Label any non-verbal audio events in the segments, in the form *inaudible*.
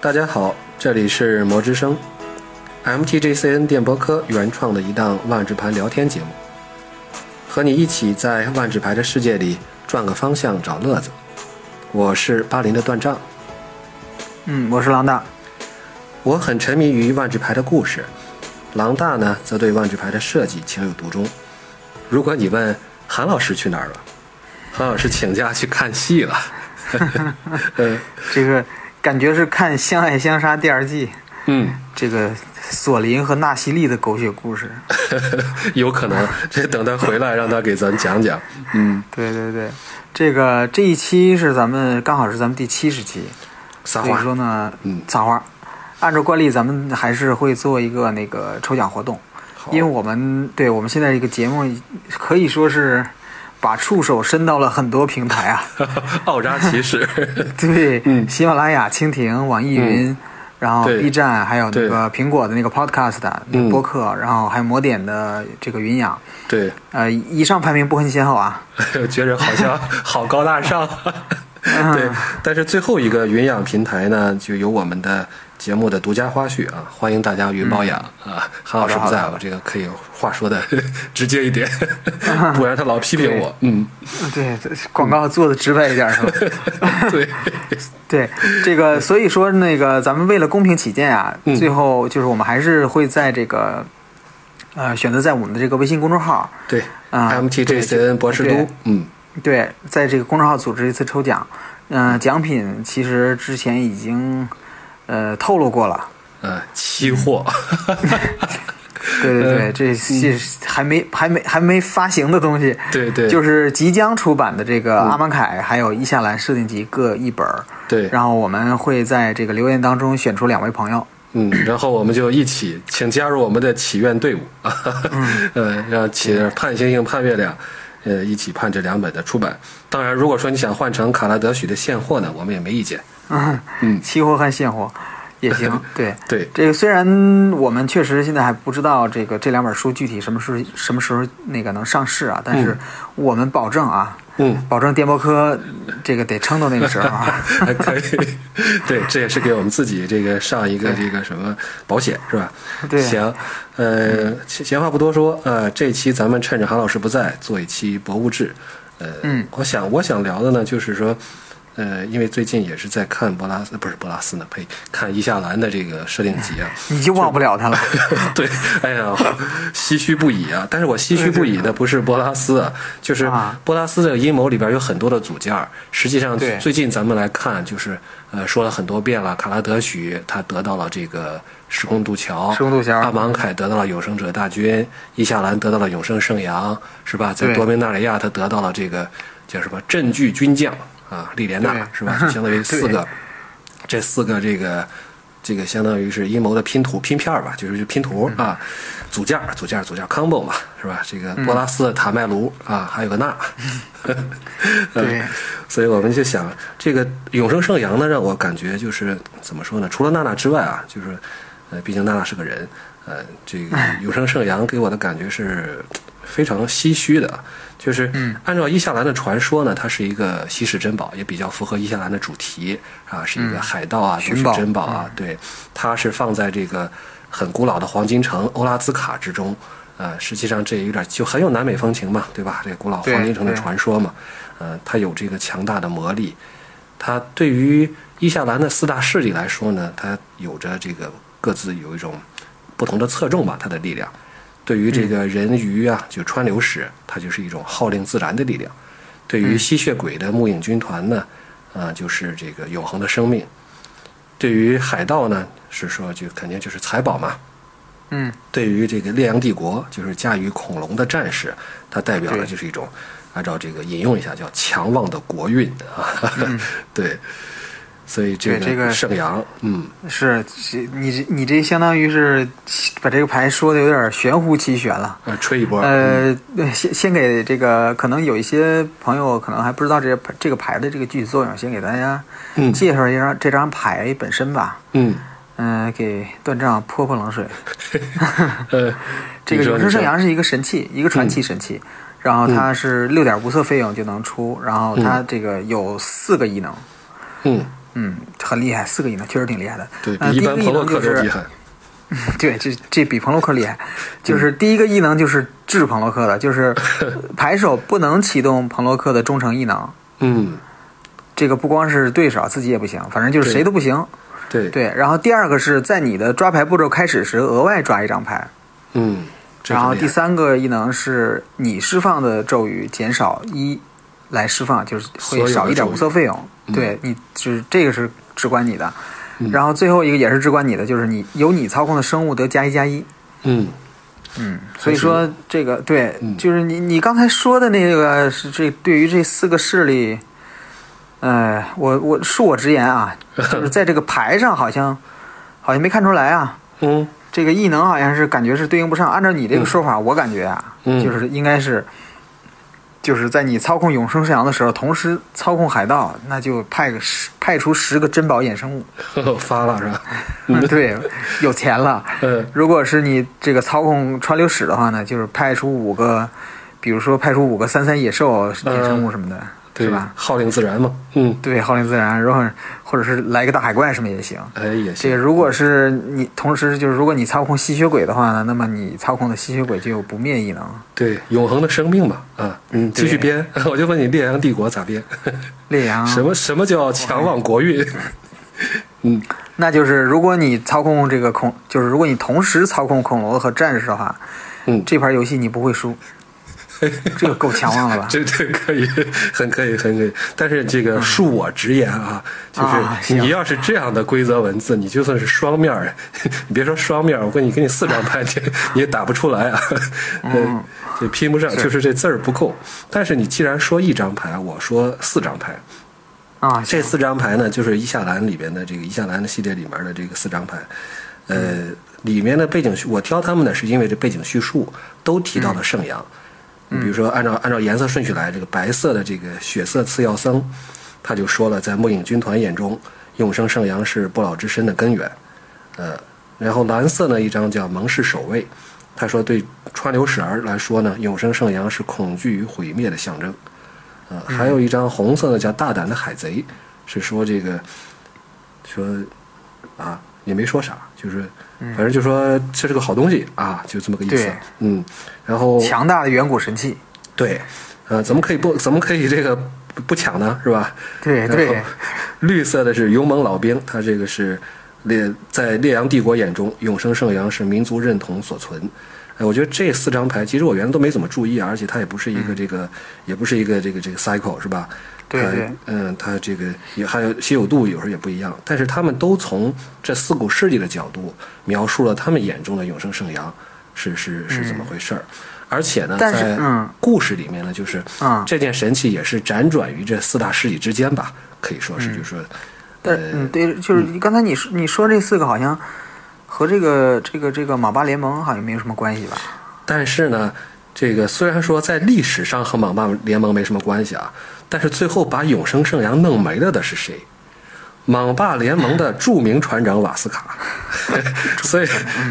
大家好，这里是魔之声，MTGCN 电波科原创的一档万智牌聊天节目，和你一起在万智牌的世界里转个方向找乐子。我是巴林的断账，嗯，我是狼大。我很沉迷于万智牌的故事，狼大呢则对万智牌的设计情有独钟。如果你问韩老师去哪儿了，韩老师请假去看戏了。呃这个感觉是看《相爱相杀》第二季，嗯， *laughs* 这个索林和纳西利的狗血故事。有可能，这等他回来让他给咱讲讲。嗯，对对对，这个这一期是咱们刚好是咱们第七十期，撒所 *laughs* 以花说呢，嗯撒花。按照惯例，咱们还是会做一个那个抽奖活动，好因为我们对我们现在这个节目可以说是把触手伸到了很多平台啊。奥扎骑 *laughs* 士，对，嗯喜马拉雅、蜻蜓、网易云，然后对 B 站，还有那对个苹果的那个 Podcast 那嗯个播客，然后还有魔点的这个云养，对，呃，以上排名不分先后啊。 *laughs* 觉着好 *laughs* 像好高大上。嗯对，但是最后一个云养平台呢，就有我们的节目的独家花絮啊，欢迎大家云包养、啊。韩老师不嗯好的在，我这个可以话说的 *laughs* 直接一 *laughs* 点，不然他老批评我。嗯，对，这广告做的直白一点是吧？ *laughs* 对， *laughs* 对，这个所以说那个咱们为了公平起见啊，嗯最后就是我们还是会在这个呃选择在我们的这个微信公众号，对啊，MTGCN 博士对都，嗯，对，在这个公众号组织一次抽奖，嗯、奖品其实之前已经呃透露过了。呃，期 *laughs* 货，对对嗯对，这这是还没还没还没发行的东西，对对，嗯就是是即将出版的这个阿芒凯还有伊夏兰设定集各一本儿，对，然后我们会在这个留言当中选出两位朋友。嗯，然后我们就一起，请加入我们的祈愿队伍啊， *laughs* 呃，让祈盼星星、盼月亮，呃，一起盼这两本的出版。当然，如果说你想换成卡拉德许的现货呢，我们也没意见。嗯， *laughs* 期货和现货也行。对， *laughs* 对，这个虽然我们确实现在还不知道这个这两本书具体什么时候什么时候那个能上市啊，但是我们保证啊，嗯，保证电波科这个得撑到那个时候啊。 *laughs* 还可以。对，这也是给我们自己这个上一个这个什么保险是吧？对行，呃，闲闲话不多说，呃，这期咱们趁着韩老师不在，做一期博物志。呃，嗯我想我想聊的呢，就是说，呃，因为最近也是在看博拉斯，不是博拉斯呢，呸，看伊夏兰的这个设定集啊。你就忘不了他了。 *laughs* 对，哎呀，唏嘘不已啊！但是我唏嘘不已的不是波拉斯，啊，就是啊波拉斯这个阴谋里边有很多的组件儿。实际上对，最近咱们来看，就是呃说了很多遍了，卡拉德许他得到了这个时空渡桥，时空渡桥阿芒凯得到了永生者大军，伊夏兰得到了永生圣阳，是吧？在对多明纳里亚，他得到了这个叫什么镇剧军将啊，莉莲娜对是吧？就相当于四个。这四个这个这个相当于是阴谋的拼图拼片儿吧，就是拼图啊，组件儿组件儿组件儿 combo 嘛，是吧？这个波拉斯的塔麦卢啊，还有个纳， *laughs* 对，嗯所以我们就想这个永生圣阳呢，让我感觉就是怎么说呢？除了娜娜之外啊，就是呃，毕竟娜娜是个人，呃，这个哎永生圣阳给我的感觉是非常唏嘘的啊。就是嗯按照伊夏兰的传说呢，它是一个稀世珍宝，也比较符合伊夏兰的主题啊，是一个海盗啊，都嗯寻是宝珍宝啊，对，它是放在这个很古老的黄金城欧拉兹卡之中。呃，实际上这也有点就很有南美风情嘛，对吧？这个古老对黄金城的对传说嘛，呃，它有这个强大的魔力，它对于伊夏兰的四大势力来说呢，它有着这个各自有一种不同的侧重吧，它的力量。对于这嗯个人鱼啊，就川流石，它就是一种号令自然的力量；对嗯于吸血鬼的木影军团呢，啊、就是这个永恒的生命；对于海盗呢，是说就肯定就是财宝嘛，嗯，对于这个烈阳帝国，就是驾驭恐龙的战士，它代表的对就是一种，按照这个引用一下叫强旺的国运啊， *laughs* 对，所以这嗯对这个个圣阳，嗯，是是你这你这相当于是把这个牌说的有点玄乎其玄了。呃，吹一波，呃，先先给这个可能有一些朋友可能还不知道这牌这个牌的这个具体作用，先给大家嗯介绍一张这张牌本身吧。嗯，嗯、给段丈泼泼冷水。呃，这你个说永生你说嗯圣阳是一个神器，一个传奇神器，然后它是六点无色费用就能出，然后它这个有四个异能，嗯嗯，很厉害，四个异能确实挺厉害的。对呃比一般第一朋个洛异能克就都厉是害。对，这这比彭洛克厉害。就是嗯第一个异能就是治彭洛克的，就是 *laughs* 牌手不能启动彭洛克的忠诚异能。嗯，这个不光是对手，自己也不行，反正就是对谁都不行。对，对，然后第二个是在你的抓牌步骤开始时额外抓一张牌，嗯，这然后很厉第害三个异能是你释放的咒语减少一来释放，就是所有会的少一点咒语无色费用。嗯对你只这个是至关你的，然后最后一个也是至关你的，就是你由你操控的生物得加一加一。嗯，嗯，所以说这个对，就是你你刚才说的那个是这对于这四个势力，呃，我我恕我直言 *laughs* 啊，就是在这个牌上好像好像没看出来啊，嗯， *laughs* 这个异能好像是感觉是对应不上。按照你这个说法，我感觉啊，嗯就是应该是就是在你操控永生之阳的时候，同时操控海盗，那就派个十派出十个珍宝衍生物，发 *laughs* 了是吧？嗯，对，有钱了。嗯如果是你这个操控川流史的话呢，就是派出五个，比如说派出五个三三野兽、野生物什么的，对是吧？？号令自然嘛。嗯，对，号令自然，然后或者是来个大海怪什么也行。哎，也这个行。如果是你同时就是如果你操控吸血鬼的话呢，那么你操控的吸血鬼就有不灭异能，对，永恒的生命嘛。啊，嗯，继续编。 *laughs* 我就问你，烈阳帝国咋编？烈阳。什么什么叫强旺国运？嗯，那就是如果你操控这个恐，就是如果你同时操控恐龙和战士的话，嗯这盘游戏你不会 *laughs* 输。这个够强旺了吧？这这可以，很可以，很可以。但是这个恕我直言嗯啊，啊就是你行要是这样的规则文字，你就算是双面儿， *laughs* 你别说双面儿，我给你给你四张牌， *laughs* 你你也打不出来啊，嗯，这拼不上，就是这字儿不够。但是你既然说一张牌，我说四张牌，啊，这四张牌呢，就是伊夏兰里边的这个伊夏兰的系列里面的这个四张牌，呃，里面的背景叙我挑他们呢，是因为这背景叙述都提到了圣阳。你比如说，按照按照颜色顺序来，这个白色的这个血色次要僧，他就说了，在末影军团眼中，永生圣阳是不老之身的根源。呃，然后蓝色呢一张叫盟誓守卫，他说对川流史儿来说呢，永生圣阳是恐惧与毁灭的象征。呃，还有一张红色的叫大胆的海贼，是说这个说啊也没说啥，就是反正就说这是个好东西啊，就这么个意思对。嗯，然后强大的远古神器。对，呃，怎么可以不怎么可以这个不不抢呢？是吧？对然后对，绿色的是勇猛老兵，他这个是烈在烈阳帝国眼中，永生圣阳是民族认同所存。哎，我觉得这四张牌，其实我原来都没怎么注意啊，而且它也不是一个这个，也不是一个这个这个 cycle 是吧？嗯对它对嗯，它这个也还有稀有度有时候也不一样，但是他们都从这四股势力的角度描述了他们眼中的永生圣阳是是是怎么回事儿。而且呢，嗯但是在嗯故事里面呢，就是嗯这件神器也是辗转于这四大势力之间吧，可以说是就是说，但嗯对，就是刚才你说你说这四个好像和这个这个这个马巴联盟好像没有什么关系吧？但是呢，这个虽然说在历史上和莽霸联盟没什么关系啊，但是最后把永生圣阳弄没了的是谁？莽霸联盟的著名船长瓦斯卡， *laughs* 所以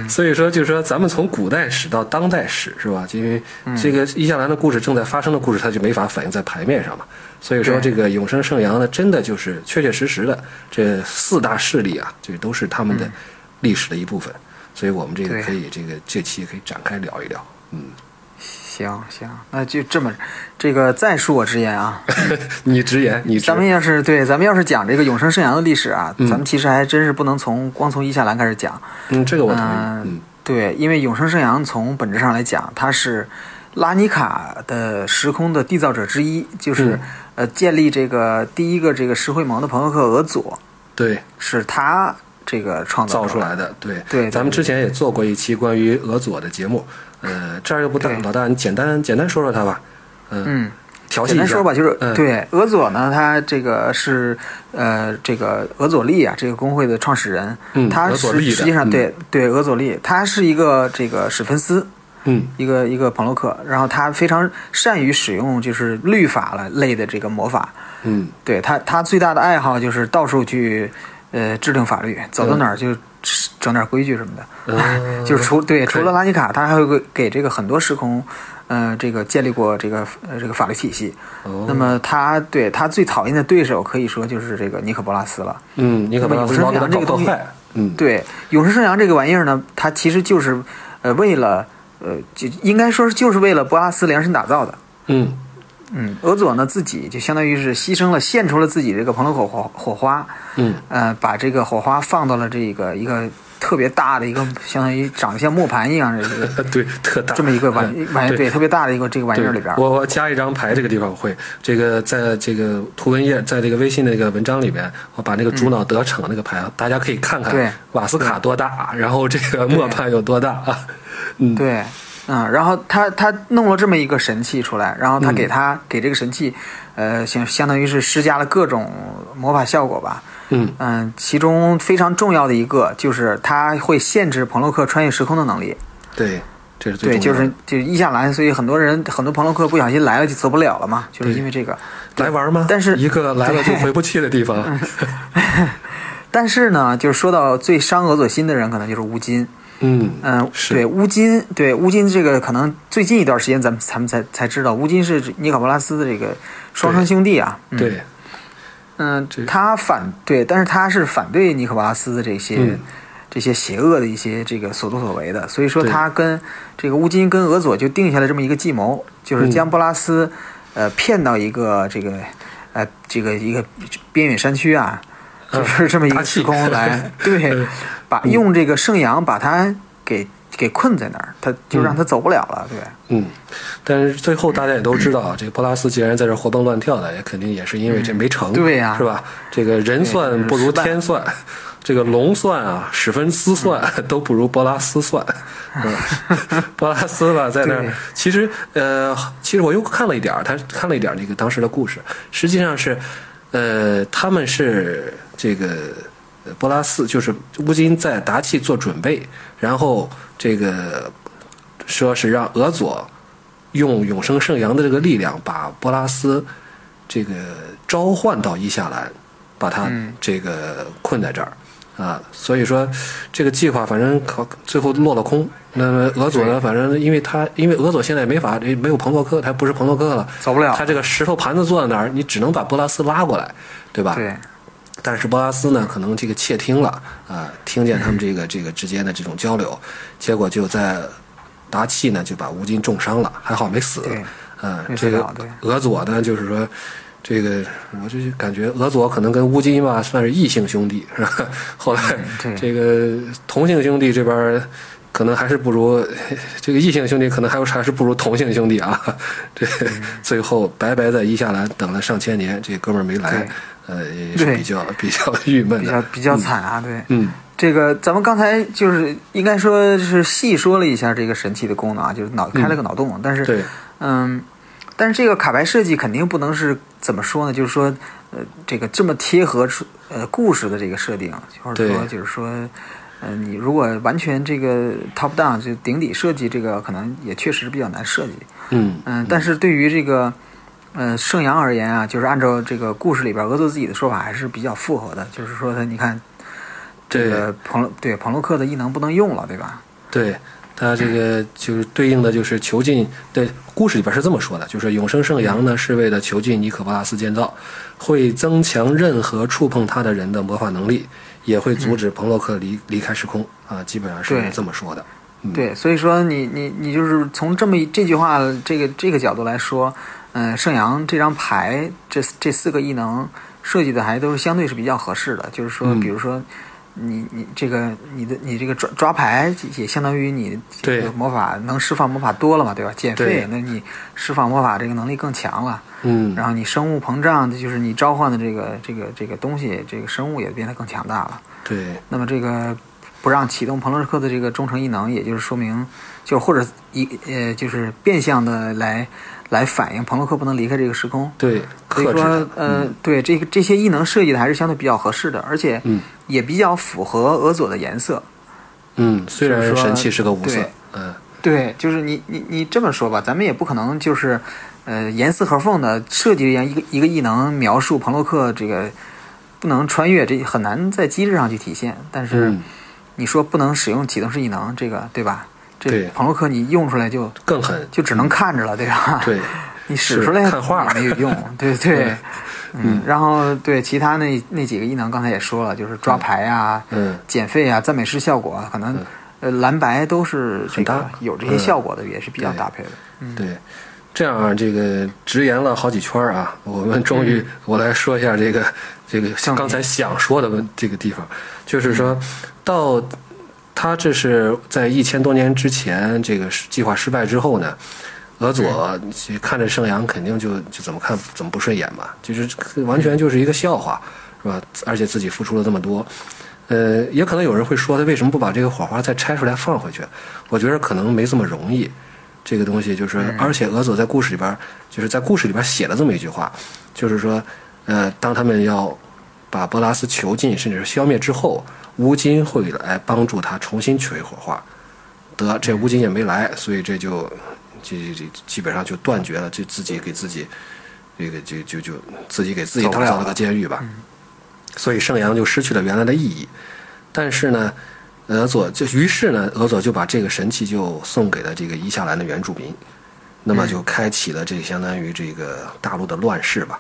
所以说就是说，咱们从古代史到当代史是吧？因为这个伊夏兰的故事正在发生的故事，它就没法反映在牌面上嘛。所以说，对这个永生圣阳呢，真的就是确确实实的这四大势力啊，这都是他们的历史的一部分。所以我们这个对啊可以，这个这期可以展开聊一聊。 *laughs* 行行，那就这么，这个再恕我直言啊，你直言，你直咱们要是对咱们要是讲这个永生圣阳的历史啊，咱们其实还真是不能从光从伊夏兰开始讲，嗯，这个我同意，嗯嗯，，对，因为永生圣阳从本质上来讲，它是拉尼卡的时空的缔造者之一，就是、嗯呃建立这个第一个这个石灰盟的朋友克俄佐对，是他这个创造造出来来的，对，对咱们之前也做过一期关于俄佐的节目，呃，这儿又不大，对老大，你简单简单说说他吧，嗯，嗯，调戏简一下单说吧，就是、嗯对俄佐呢，他这个是呃，这个俄佐利啊，这个工会的创始人，嗯他俄佐是利的实际上嗯对、对俄佐利，他是一个这个史芬斯，嗯一个一个朋洛克，然后他非常善于使用就是律法了类的这个魔法，嗯，对他他最大的爱好就是到处去呃制定法律，走到哪儿就制整点规矩什么的。嗯 *laughs* 就是除对可除以了拉尼卡，他还会给这个很多时空，呃，这个建立过这个呃这个法律体系。哦那么他对他最讨厌的对手可以说就是这个尼克波拉斯了。嗯，你可能会帮他搞破坏，嗯，对，永生圣阳这个玩意儿呢，它其实就是呃为了呃就应该说是就是为了波拉斯量身打造的。嗯 *laughs* 嗯，俄佐呢自己就相当于是牺牲了，献出了自己这个蓬头火火火花，嗯，呃，把这个火花放到了这个一个特别大的一个，相当于长得像磨盘一样的一个对，特大这么一个嗯玩玩意儿，对，特别大的一个这个玩意对儿里边儿，我我加一张牌，这个地方我会这个在这个图文页，在这个微信的那个文章里边，我把那个主脑得逞那个牌，大家可以看对看瓦斯卡多大，然后这个磨盘有多大啊。 *laughs* 嗯，对，嗯，然后他他弄了这么一个神器出来，然后他给他、给这个神器，呃，相相当于是施加了各种魔法效果吧，嗯嗯，其中非常重要的一个就是它会限制朋洛克穿越时空的能力。对，这是最对，重就要的是就是伊夏兰，所以很多人很多朋洛克不小心来了就走不了了嘛，就是对因为这个。来玩吗？但是一个来了就回不去的地 *laughs* 方。但是呢，就是说到最伤俄佐心的人，可能就是乌金。嗯嗯，是对，乌金，对乌金这个可能最近一段时间咱们咱们才才知道，乌金是尼可波拉斯的这个双生兄弟啊。嗯对，嗯这，他反对，但是他是反对尼可波拉斯的这些、嗯这些邪恶的一些这个所作所为的，所以说对他跟这个乌金跟俄佐就定下了这么一个计谋，就是嗯将波拉斯、呃骗到一个这个呃这个一个边远山区啊，就是这么一嗯打个气嗯时空来 *laughs* 对，把用这个圣阳把他给给困在那儿，他就让他走不了了，对。嗯，但是最后大家也都知道啊，这个波拉斯既然在这儿活蹦乱跳的，也肯定也是因为这没成，嗯对呀是吧？这个人算不如天算，这个龙算啊，史芬嗯斯算、 *laughs* 都不如波拉斯算。 *laughs* 嗯，波拉斯吧，在那儿对，其实呃，其实我又看了一点儿，他看了一点儿那个当时的故事，实际上是，呃，他们是这个呃波拉斯，就是乌金在达契做准备，然后这个说是让俄佐用永生圣阳的这个力量，把波拉斯这个召唤到伊夏兰，把他嗯这个困在这儿、啊。所以说这个计划反正考最后落了空。那么俄佐呢，反正因为他因为俄佐现在没法没有彭洛克，他不是彭洛克了，走不了他这个石头盘子坐在那儿，你只能把波拉斯拉过来，对吧？对，但是波拉斯呢，可能这个窃听了啊、听见他们这个这个之间的这种交流，结果就在达契呢就把吴金重伤了，还好没死对。嗯、没死这个了对俄佐呢，就是说，这个我就感觉俄佐可能跟乌金吧算是异性兄弟，是吧？ *laughs* 后来嗯对这个同性兄弟这边儿可能还是不如 *laughs* 这个异性兄弟，可能还有还是不如同性兄弟啊。 *laughs* 这嗯最后白白在伊夏兰等了上千年，这哥们儿没来对，呃，也是对比较比较郁闷比的较。比较惨啊，对。嗯，这个咱们刚才就是应该说是细说了一下这个神器的功能啊，就是脑开了个脑洞，但是对，嗯，但是这个卡牌设计肯定不能是怎么说呢？就是说，呃，这个这么贴合出呃故事的这个设定，啊或者说对就是说，呃，你如果完全这个 top down 就顶底设计，这个可能也确实比较难设计。嗯嗯，但是对于这个，呃，圣阳而言啊，就是按照这个故事里边俄佐自己的说法，还是比较符合的。就是说他，你看，这个呃彭对彭洛克的异能不能用了，对吧？对，它这个就是对应的就是囚禁对故事里边是这么说的，就是永生圣阳呢是为了囚禁尼可波拉斯建造，会增强任何触碰它的人的魔法能力，也会阻止彭洛克离离开时空啊，基本上是嗯对这么说的。嗯对，所以说你你你就是从这么一这句话这个这个角度来说，嗯、圣阳这张牌这这四个异能设计的还都是相对是比较合适的，就是说，嗯比如说。你你这个你的你这个抓抓牌也相当于你这对个魔法能释放魔法多了嘛，对吧？减对费，那你释放魔法这个能力更强了。嗯，然后你生物膨胀，就是你召唤的这个这个这个东西，这个生物也变得更强大了。对那么这个不让启动彭洛克的这个忠诚异能，也就是说明，就或者一呃，就是变相的来来反映彭洛克不能离开这个时空。对，所克以制嗯说的，呃，对这个这些异能设计的还是相对比较合适的，而且嗯也比较符合俄佐的颜色。嗯，虽就是然说神器是个无色对，嗯，对，就是你你你这么说吧，咱们也不可能就是，呃，严丝合缝的设计这样一个一个异能描述彭洛克这个不能穿越，这很难在机制上去体现。但是，嗯你说不能使用启动式异能，这个对吧？这对彭洛克你用出来就更狠。就只能看着了，对吧？对， *laughs* 你使出来是看画也没有用， *laughs* 对对对，嗯，然后对其他那那几个异能，刚才也说了，就是抓牌啊、嗯减费啊、赞美诗效果啊，可能呃蓝白都是这很个搭嗯有这些效果的，也是比较搭配的。对，这样啊，这个直言了好几圈儿啊，我们终于我来说一下这个这个正题刚才想说的问这个地方，就是说到他这是在一千多年之前这个计划失败之后呢。俄佐其实看着圣阳，肯定就就怎么看怎么不顺眼嘛，就是完全就是一个笑话，是吧？而且自己付出了这么多，呃，也可能有人会说，他为什么不把这个火花再拆出来放回去？我觉得可能没这么容易。这个东西就是，嗯而且俄佐在故事里边儿，就是在故事里边儿写了这么一句话，就是说，呃，当他们要把波拉斯囚禁甚至是消灭之后，乌金会来帮助他重新取回火花。得，这乌金也没来，所以这就这这基本上就断绝了，这自己给自己这个就就就自己给自己走不打了造了了嗯个监狱吧。所以圣阳就失去了原来的意义。但是呢，俄佐就于是呢，俄佐就把这个神器就送给了这个伊夏兰的原住民，那么就开启了这个相当于这个大陆的乱世吧。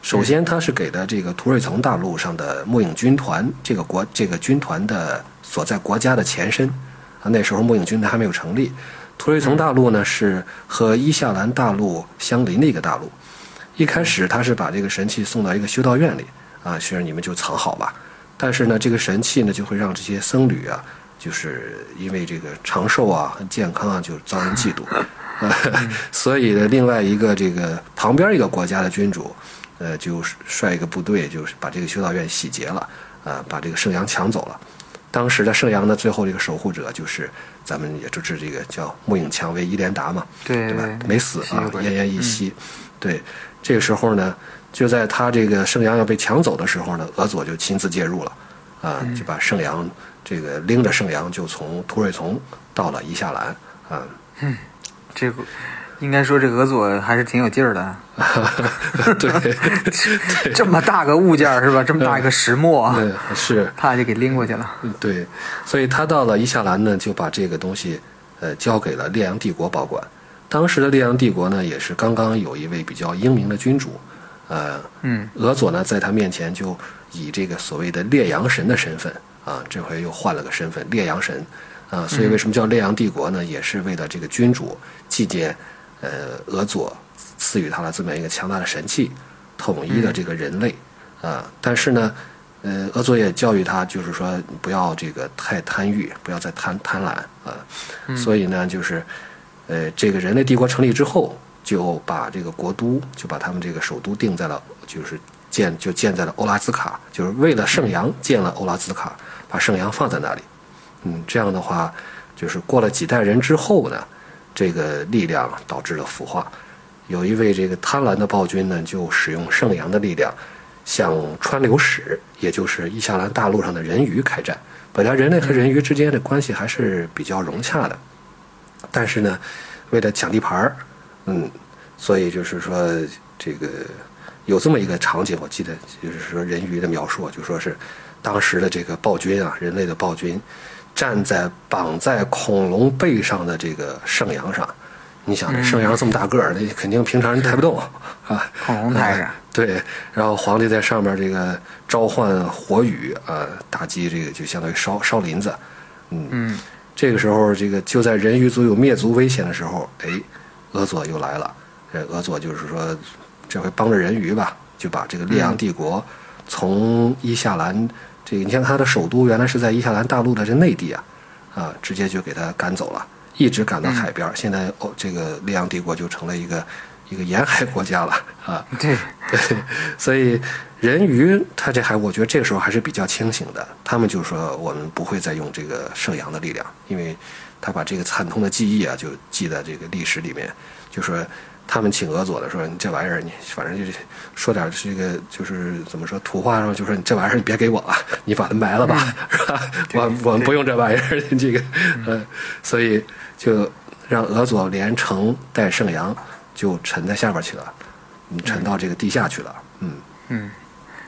首先，他是给的这个土瑞从大陆上的末影军团这个国这个军团的所在国家的前身啊，那时候末影军团还没有成立。土瑞从大陆呢是和伊夏兰大陆相邻的一个大陆，一开始他是把这个神器送到一个修道院里啊，是你们就藏好吧。但是呢，这个神器呢就会让这些僧侣啊，就是因为这个长寿啊、和健康啊，就遭人嫉妒。 *laughs* 所以呢，另外一个这个旁边一个国家的君主，呃，就率一个部队，就是把这个修道院洗劫了，啊，把这个圣阳抢走了。当时的圣阳的最后这个守护者就是咱们也就是这个叫末影蔷薇伊莲达嘛，对对吧对？没死吸血啊，嗯鬼奄奄一息。对，这个时候呢，就在他这个圣阳要被抢走的时候呢，俄佐就亲自介入了，啊，就把圣阳这个拎着圣阳就从土瑞从到了伊夏兰，啊， *laughs* 这个应该说这俄佐还是挺有劲儿的，对，这么大个物件儿是吧？这么大一个石磨，嗯，是，啪就给拎过去了。对，所以他到了伊夏兰呢，就把这个东西，呃，交给了烈阳帝国保管。当时的烈阳帝国呢，也是刚刚有一位比较英明的君主，呃，嗯，俄佐呢在他面前就以这个所谓的烈阳神的身份啊，这回又换了个身份，烈阳神啊，所以为什么叫烈阳帝国呢？也是为了这个君主祭奠，呃，俄佐赐予他了这么一个强大的神器，统一了这个人类、啊。但是呢，呃，俄佐也教育他，就是说你不要这个太贪欲，不要再贪贪婪啊。所以呢，就是呃，这个人类帝国成立之后，就把这个国都，就把他们这个首都定在了，就是建就建在了欧拉兹卡，就是为了圣阳建了欧拉兹卡，把圣阳放在那里。嗯，这样的话，就是过了几代人之后呢，这个力量导致了腐化。有一位这个贪婪的暴君呢，就使用圣阳的力量，向川流使，也就是伊夏兰大陆上的人鱼开战。本来人类和人鱼之间的关系还是比较融洽的，但是呢，为了抢地盘儿，嗯，所以就是说这个有这么一个场景，我记得就是说人鱼的描述，就说是当时的这个暴君啊，人类的暴君站在绑在恐龙背上的这个圣羊上。你想，这圣羊这么大个儿，那肯定平常人抬不动啊。恐龙抬着呃对，然后皇帝在上面这个召唤火雨啊，打击这个就相当于烧烧林子。嗯，这个时候，这个就在人鱼族有灭族危险的时候，哎，俄佐又来了。这俄佐就是说，这回帮着人鱼吧，就把这个烈阳帝国从伊夏兰这个，你像它的首都原来是在伊夏兰大陆的这内地啊，啊，直接就给它赶走了，一直赶到海边儿。现在哦，这个烈阳帝国就成了一个一个沿海国家了啊。 *laughs* 对，对， *laughs* 所以人鱼他这还，我觉得这个时候还是比较清醒的。他们就说我们不会再用这个圣阳的力量，因为他把这个惨痛的记忆啊，就记在这个历史里面，就说。他们请俄佐的说：“你这玩意儿，你反正就是说点这个，就是怎么说土话上，就说你这玩意儿你别给我啊，你把它埋了吧，是吧？我我们不用这玩意儿， *laughs* 这个，呃，所以就让俄佐连城带圣阳就沉在下边去了。嗯沉到这个地下去了。嗯，嗯，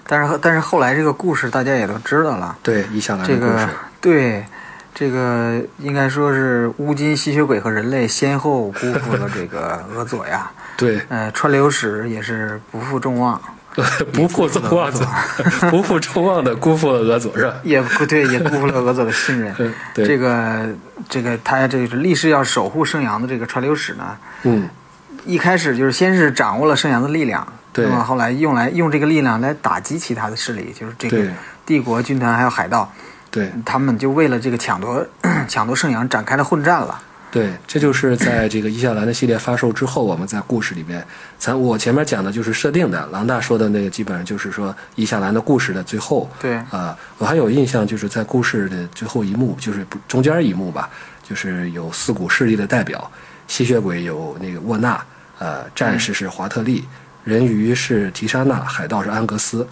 但是但是后来这个故事大家也都知道了，对，伊夏兰的这故个事，对，这个应该说是乌金吸血鬼和人类先后辜负了这 *laughs* 个俄佐呀。对， *laughs* 呃，川流史也是不负众望，不负众望的， *laughs* 不负众望的辜负了俄佐是吧？也不对，也辜负了俄佐的信任。对这个这个他这个立誓要守护圣阳的这个川流史呢，嗯，一开始就是先是掌握了圣阳的力量，对那么后来用来用这个力量来打击其他的势力，就是这个对帝国军团还有海盗，对他们就为了这个抢夺 *coughs* 抢夺圣阳展开了混战了。对，这就是在这个伊夏兰的系列发售之后，我们在故事里边，咱我前面讲的就是设定的，狼大说的那个基本上就是说伊夏兰的故事的最后，对啊、我还有印象就是在故事的最后一幕，就是不中间一幕吧，就是有四股势力的代表，吸血鬼有那个沃纳，呃，战士是华特利，人鱼是提莎娜，海盗是安格斯，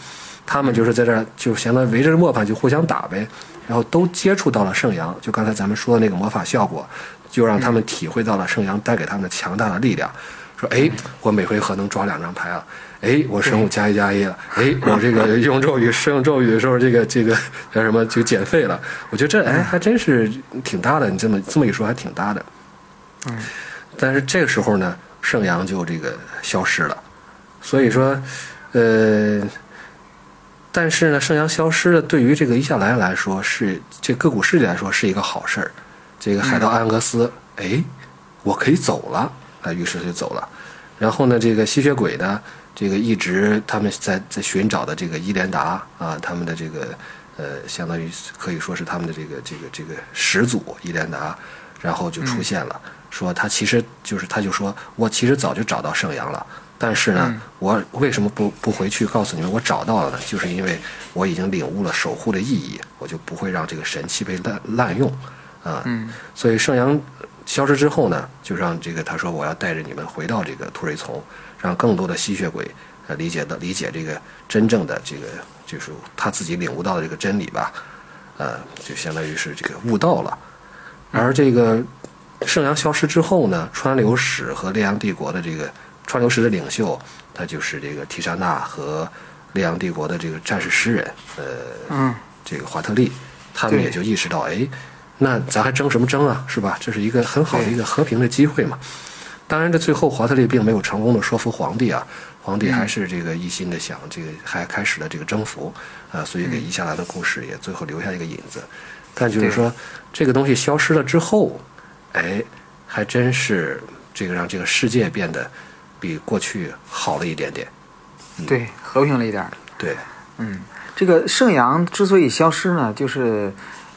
他们就是在这儿就相当于围着磨盘就互相打呗，然后都接触到了圣阳，就刚才咱们说的那个魔法效果，就让他们体会到了圣阳带给他们的强大的力量。说，哎，我每回合能抓两张牌啊，哎，我生物加一加一了，哎，我这个用咒语使用咒语的时候，这个这个叫什么就减费了。我觉得这哎还真是挺搭的，你这么这么一说还挺搭的。嗯，但是这个时候呢，圣阳就这个消失了，所以说，呃，但是呢，圣阳消失了，对于这个伊夏兰来说是这个股势力来说是一个好事儿。这个海盗安格斯，哎，我可以走了，啊，于是就走了。然后呢，这个吸血鬼呢，这个一直他们在在寻找的这个伊莲达啊，他们的这个呃，相当于可以说是他们的这个这个这个始祖伊莲达，然后就出现了，说他其实就是他就说我其实早就找到圣阳了。但是呢，我为什么不不回去告诉你们我找到了呢？就是因为我已经领悟了守护的意义，我就不会让这个神器被滥滥用，啊，嗯所以圣阳消失之后呢，就让这个他说我要带着你们回到这个突瑞丛，让更多的吸血鬼呃理解的理解这个真正的这个就是他自己领悟到的这个真理吧，呃，就相当于是这个悟道了。而这个圣阳消失之后呢，川流史和烈阳帝国的这个川流史的领袖，他就是这个提莎娜和烈阳帝国的这个战士诗人，呃，嗯，这个华特利，他们对也就意识到，哎，那咱还争什么争啊，是吧？这是一个很好的一个和平的机会嘛。当然，这最后华特利并没有成功的说服皇帝啊，皇帝嗯还是这个一心的想这个还开始了这个征服，啊、所以嗯给伊夏兰的故事也最后留下一个引子。但就是说，这个东西消失了之后，哎，还真是这个让这个世界变得比过去好了一点点。对，和平了一点儿。对，嗯，这个圣阳之所以消失呢，就是，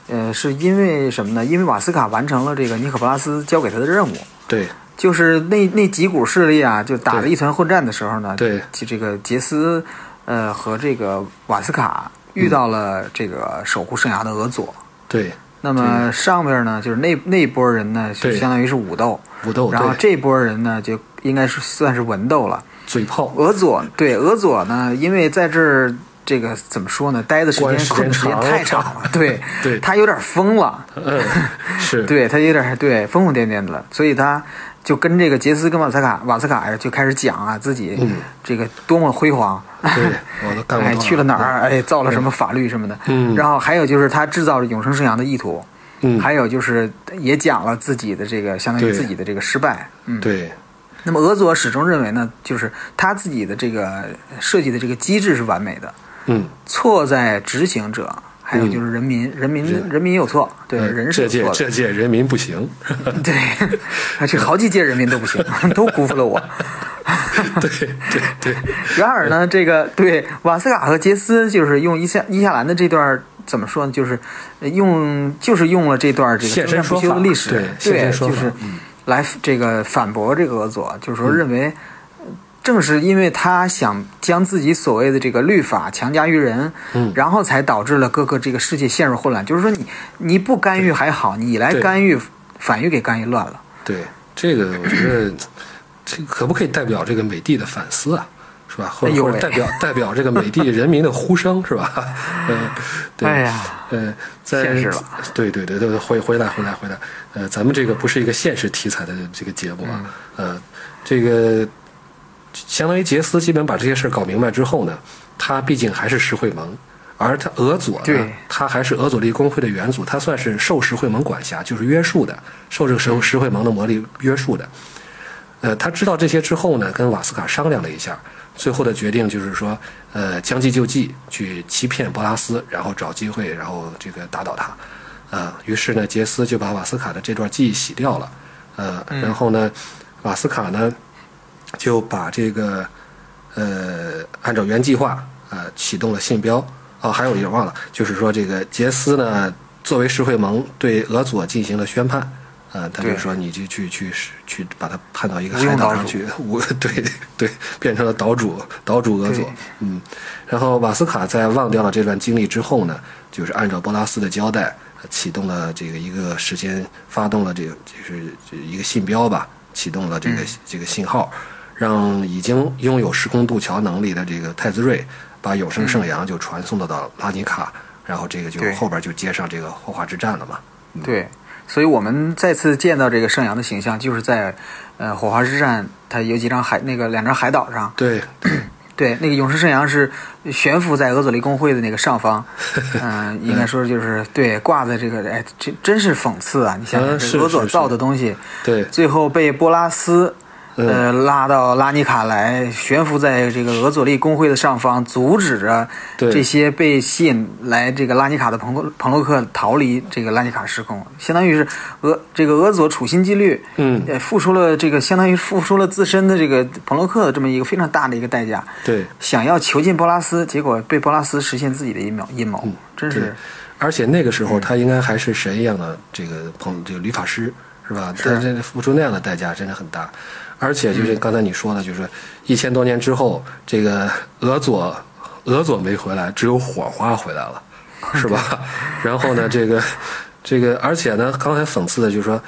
呃，是因为什么呢？因为瓦斯卡完成了这个尼可波拉斯交给他的任务，对，就是那那几股势力啊，就打得对一团混战的时候呢，对这这个杰斯，呃，和这个瓦斯卡遇到嗯了这个守护圣阳的俄佐。对，那么上边呢，就是那那波人呢，就对相当于是武斗，武斗，然后哦对，这波人呢，就应该是算是文斗了。嘴炮，俄佐对俄佐呢，因为在这儿这个怎么说呢，待的时间关时间困的时间长了太长了，对， *laughs* 对他有点疯了，嗯，是，对他有点对疯疯癫癫的了，所以他就跟这个杰斯跟瓦斯卡瓦斯卡呀就开始讲啊自己这个多么辉煌，嗯 *laughs* 对，我都干过多哎少去了哪儿，哎造了什么法律什么的，嗯然后还有就是他制造了永生圣阳的意图，嗯还有就是也讲了自己的这个相当于对自己的这个失败，嗯，对，那么俄佐始终认为呢，就是他自己的这个设计的这个机制是完美的，嗯，错在执行者，还有就是人民，人民人民也有错，对，呃人是这有届错的，这届人民不行，对， *laughs* 啊这好几届人民都不行，都辜负了我。对对对，然而呢，这个对瓦斯卡和杰斯就是用伊夏伊夏兰的这段怎么说呢？就是呃用就是用了这段这个现身争战不说休的法历史，对现身说就法嗯是来这个反驳这个俄佐，就是说认为。正是因为他想将自己所谓的这个律法强加于人，嗯然后才导致了各个这个世界陷入混乱。就是说你，你不干预还好，你来对干预，反又给干预乱了。对，这个我觉得，这个可不可以代表这个美帝的反思啊？是吧？或哎者呦或喂者代表 *laughs* 代表这个美帝人民的呼声是吧？ *laughs* 嗯，对，哎呀，呃，在现实了对对对对，回回来回来回来，呃，咱们这个不是一个现实题材的这个节目啊，嗯呃，这个相当于杰斯基本把这些事儿搞明白之后呢，他毕竟还是石会盟，而他俄佐呢对，他还是俄佐利公会的元祖，他算是受石会盟管辖，就是约束的，受这个石石会盟的魔力约束的。呃，他知道这些之后呢，跟瓦斯卡商量了一下，最后的决定就是说，呃，将计就计，去欺骗博拉斯，然后找机会，然后这个打倒他。呃，于是呢，杰斯就把瓦斯卡的这段记忆洗掉了。呃，然后呢，瓦斯卡呢就把这个呃，按照原计划，呃，启动了信标。哦，还有一点忘了，就是说这个杰斯呢，作为石会盟对俄佐进行了宣判，呃，他就对说你就去去去去把他判到一个无用海岛岛上主去，无 *laughs* 对对，变成了岛主岛主俄佐对，嗯，然后瓦斯卡在忘掉了这段经历之后呢，就是按照波拉斯的交代，启动了这个一个时间，发动了这个就是这一个信标吧，启动了这个、这个信号，让已经拥有时空渡桥能力的这个太子睿把永生圣阳就传送到到拉尼卡，然后这个就对后边就接上这个后华之战了嘛。对，所以我们再次见到这个圣阳的形象，就是在呃火花之战，它有几张海那个两张海岛上，对，对，那个永生圣阳是悬浮在俄佐利公会的那个 *laughs* 上方，嗯、应该说就是对挂在这个，哎，这真是讽刺啊！你想嗯想，是这俄佐是造是的东西，对，最后被波拉斯。嗯呃，拉到拉尼卡来，悬浮在这个俄佐利公会的上方，阻止着对这些被吸引来这个拉尼卡的朋朋洛克逃离这个拉尼卡时空，相当于是俄这个俄佐处心积虑，嗯，呃，付出了这个相当于付出了自身的这个朋洛克的这么一个非常大的一个代价，对。想要囚禁波拉斯，结果被波拉斯实现自己的阴谋阴谋，真对是，而且那个时候他应该还是神一样的这个朋这个理发师是吧？但是付出那样的代价真的很大，而且就是刚才你说的，就是一千多年之后，这个俄佐俄佐没回来，只有火花回来了，是吧？ *laughs* 然后呢，这个这个，而且呢，刚才讽刺的就是说。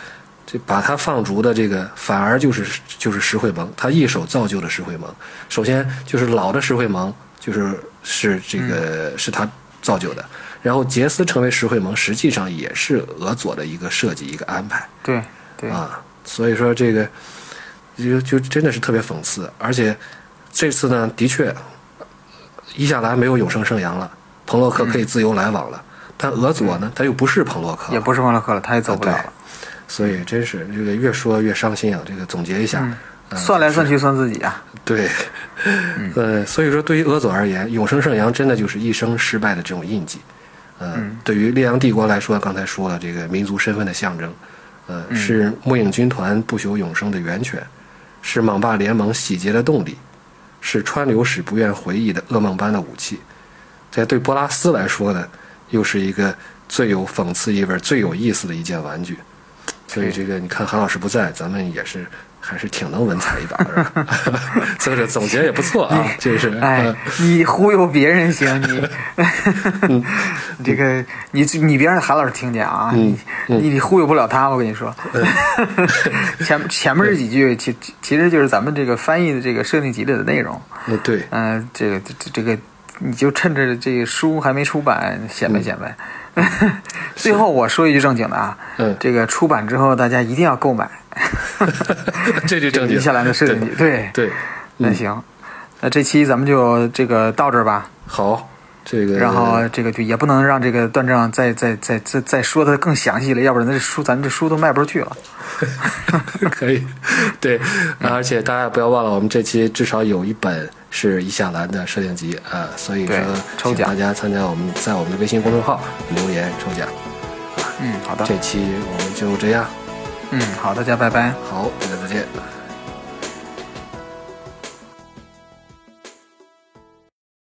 这把他放逐的这个，反而就是就是石会盟，他一手造就的石会盟。首先就是老的石会盟，就是是这个、是他造就的。然后杰斯成为石会盟，实际上也是俄佐的一个设计一个安排对对啊。所以说这个就就真的是特别讽刺，而且这次呢，的确伊夏兰没有永生圣阳了，彭洛克可以自由来往了，但俄佐呢，他又不是彭洛克了，也不是莫洛克了，他也走不了啊了，所以真是这个越说越伤心啊！这个总结一下，呃算来算去算自己啊， *laughs* 对， *laughs* 呃，所以说对于俄佐而言，永生圣阳真的就是一生失败的这种印记。呃，对于烈阳帝国来说，刚才说了，这个民族身份的象征，呃，是末影军团不朽永生的源泉，是莽霸联盟洗劫的动力，是川流史不愿回忆的噩梦般的武器。这对波拉斯来说呢，又是一个最有讽刺意味、最有意思的一件玩具。所以这个你看，韩老师不在，咱们也是还是挺能文采一把的，是 *laughs* 吧？所以这总结也不错 *laughs* 啊，这是哎 *laughs* 呃，你忽悠别人行，你嗯 *laughs* 这个你你别让韩老师听见啊，你你你忽悠不了他，我跟你说。嗯 *laughs* 前前面这几句其其实就是咱们这个翻译的这个设定集里的内容，嗯对，嗯、这个这这个你就趁着这个书还没出版显摆显摆。 *laughs* 最后我说一句正经的啊，嗯这个出版之后大家一定要购买。 *laughs* 这就正接经下来的设定集，嗯对，嗯对，那行，那这期咱们就这个到这儿吧。好，这个然后这个就也不能让这个段正再再再再再说的更详细了，要不然这书咱这书都卖不出去了。 *laughs* 可以，对，嗯而且大家不要忘了，我们这期至少有一本是易夏兰的设定集啊，所以说对抽请奖大家参加我们在我们的微信公众号留言抽奖。嗯，好的，这期我们就这样，嗯，好，大家拜拜。好，大家再见。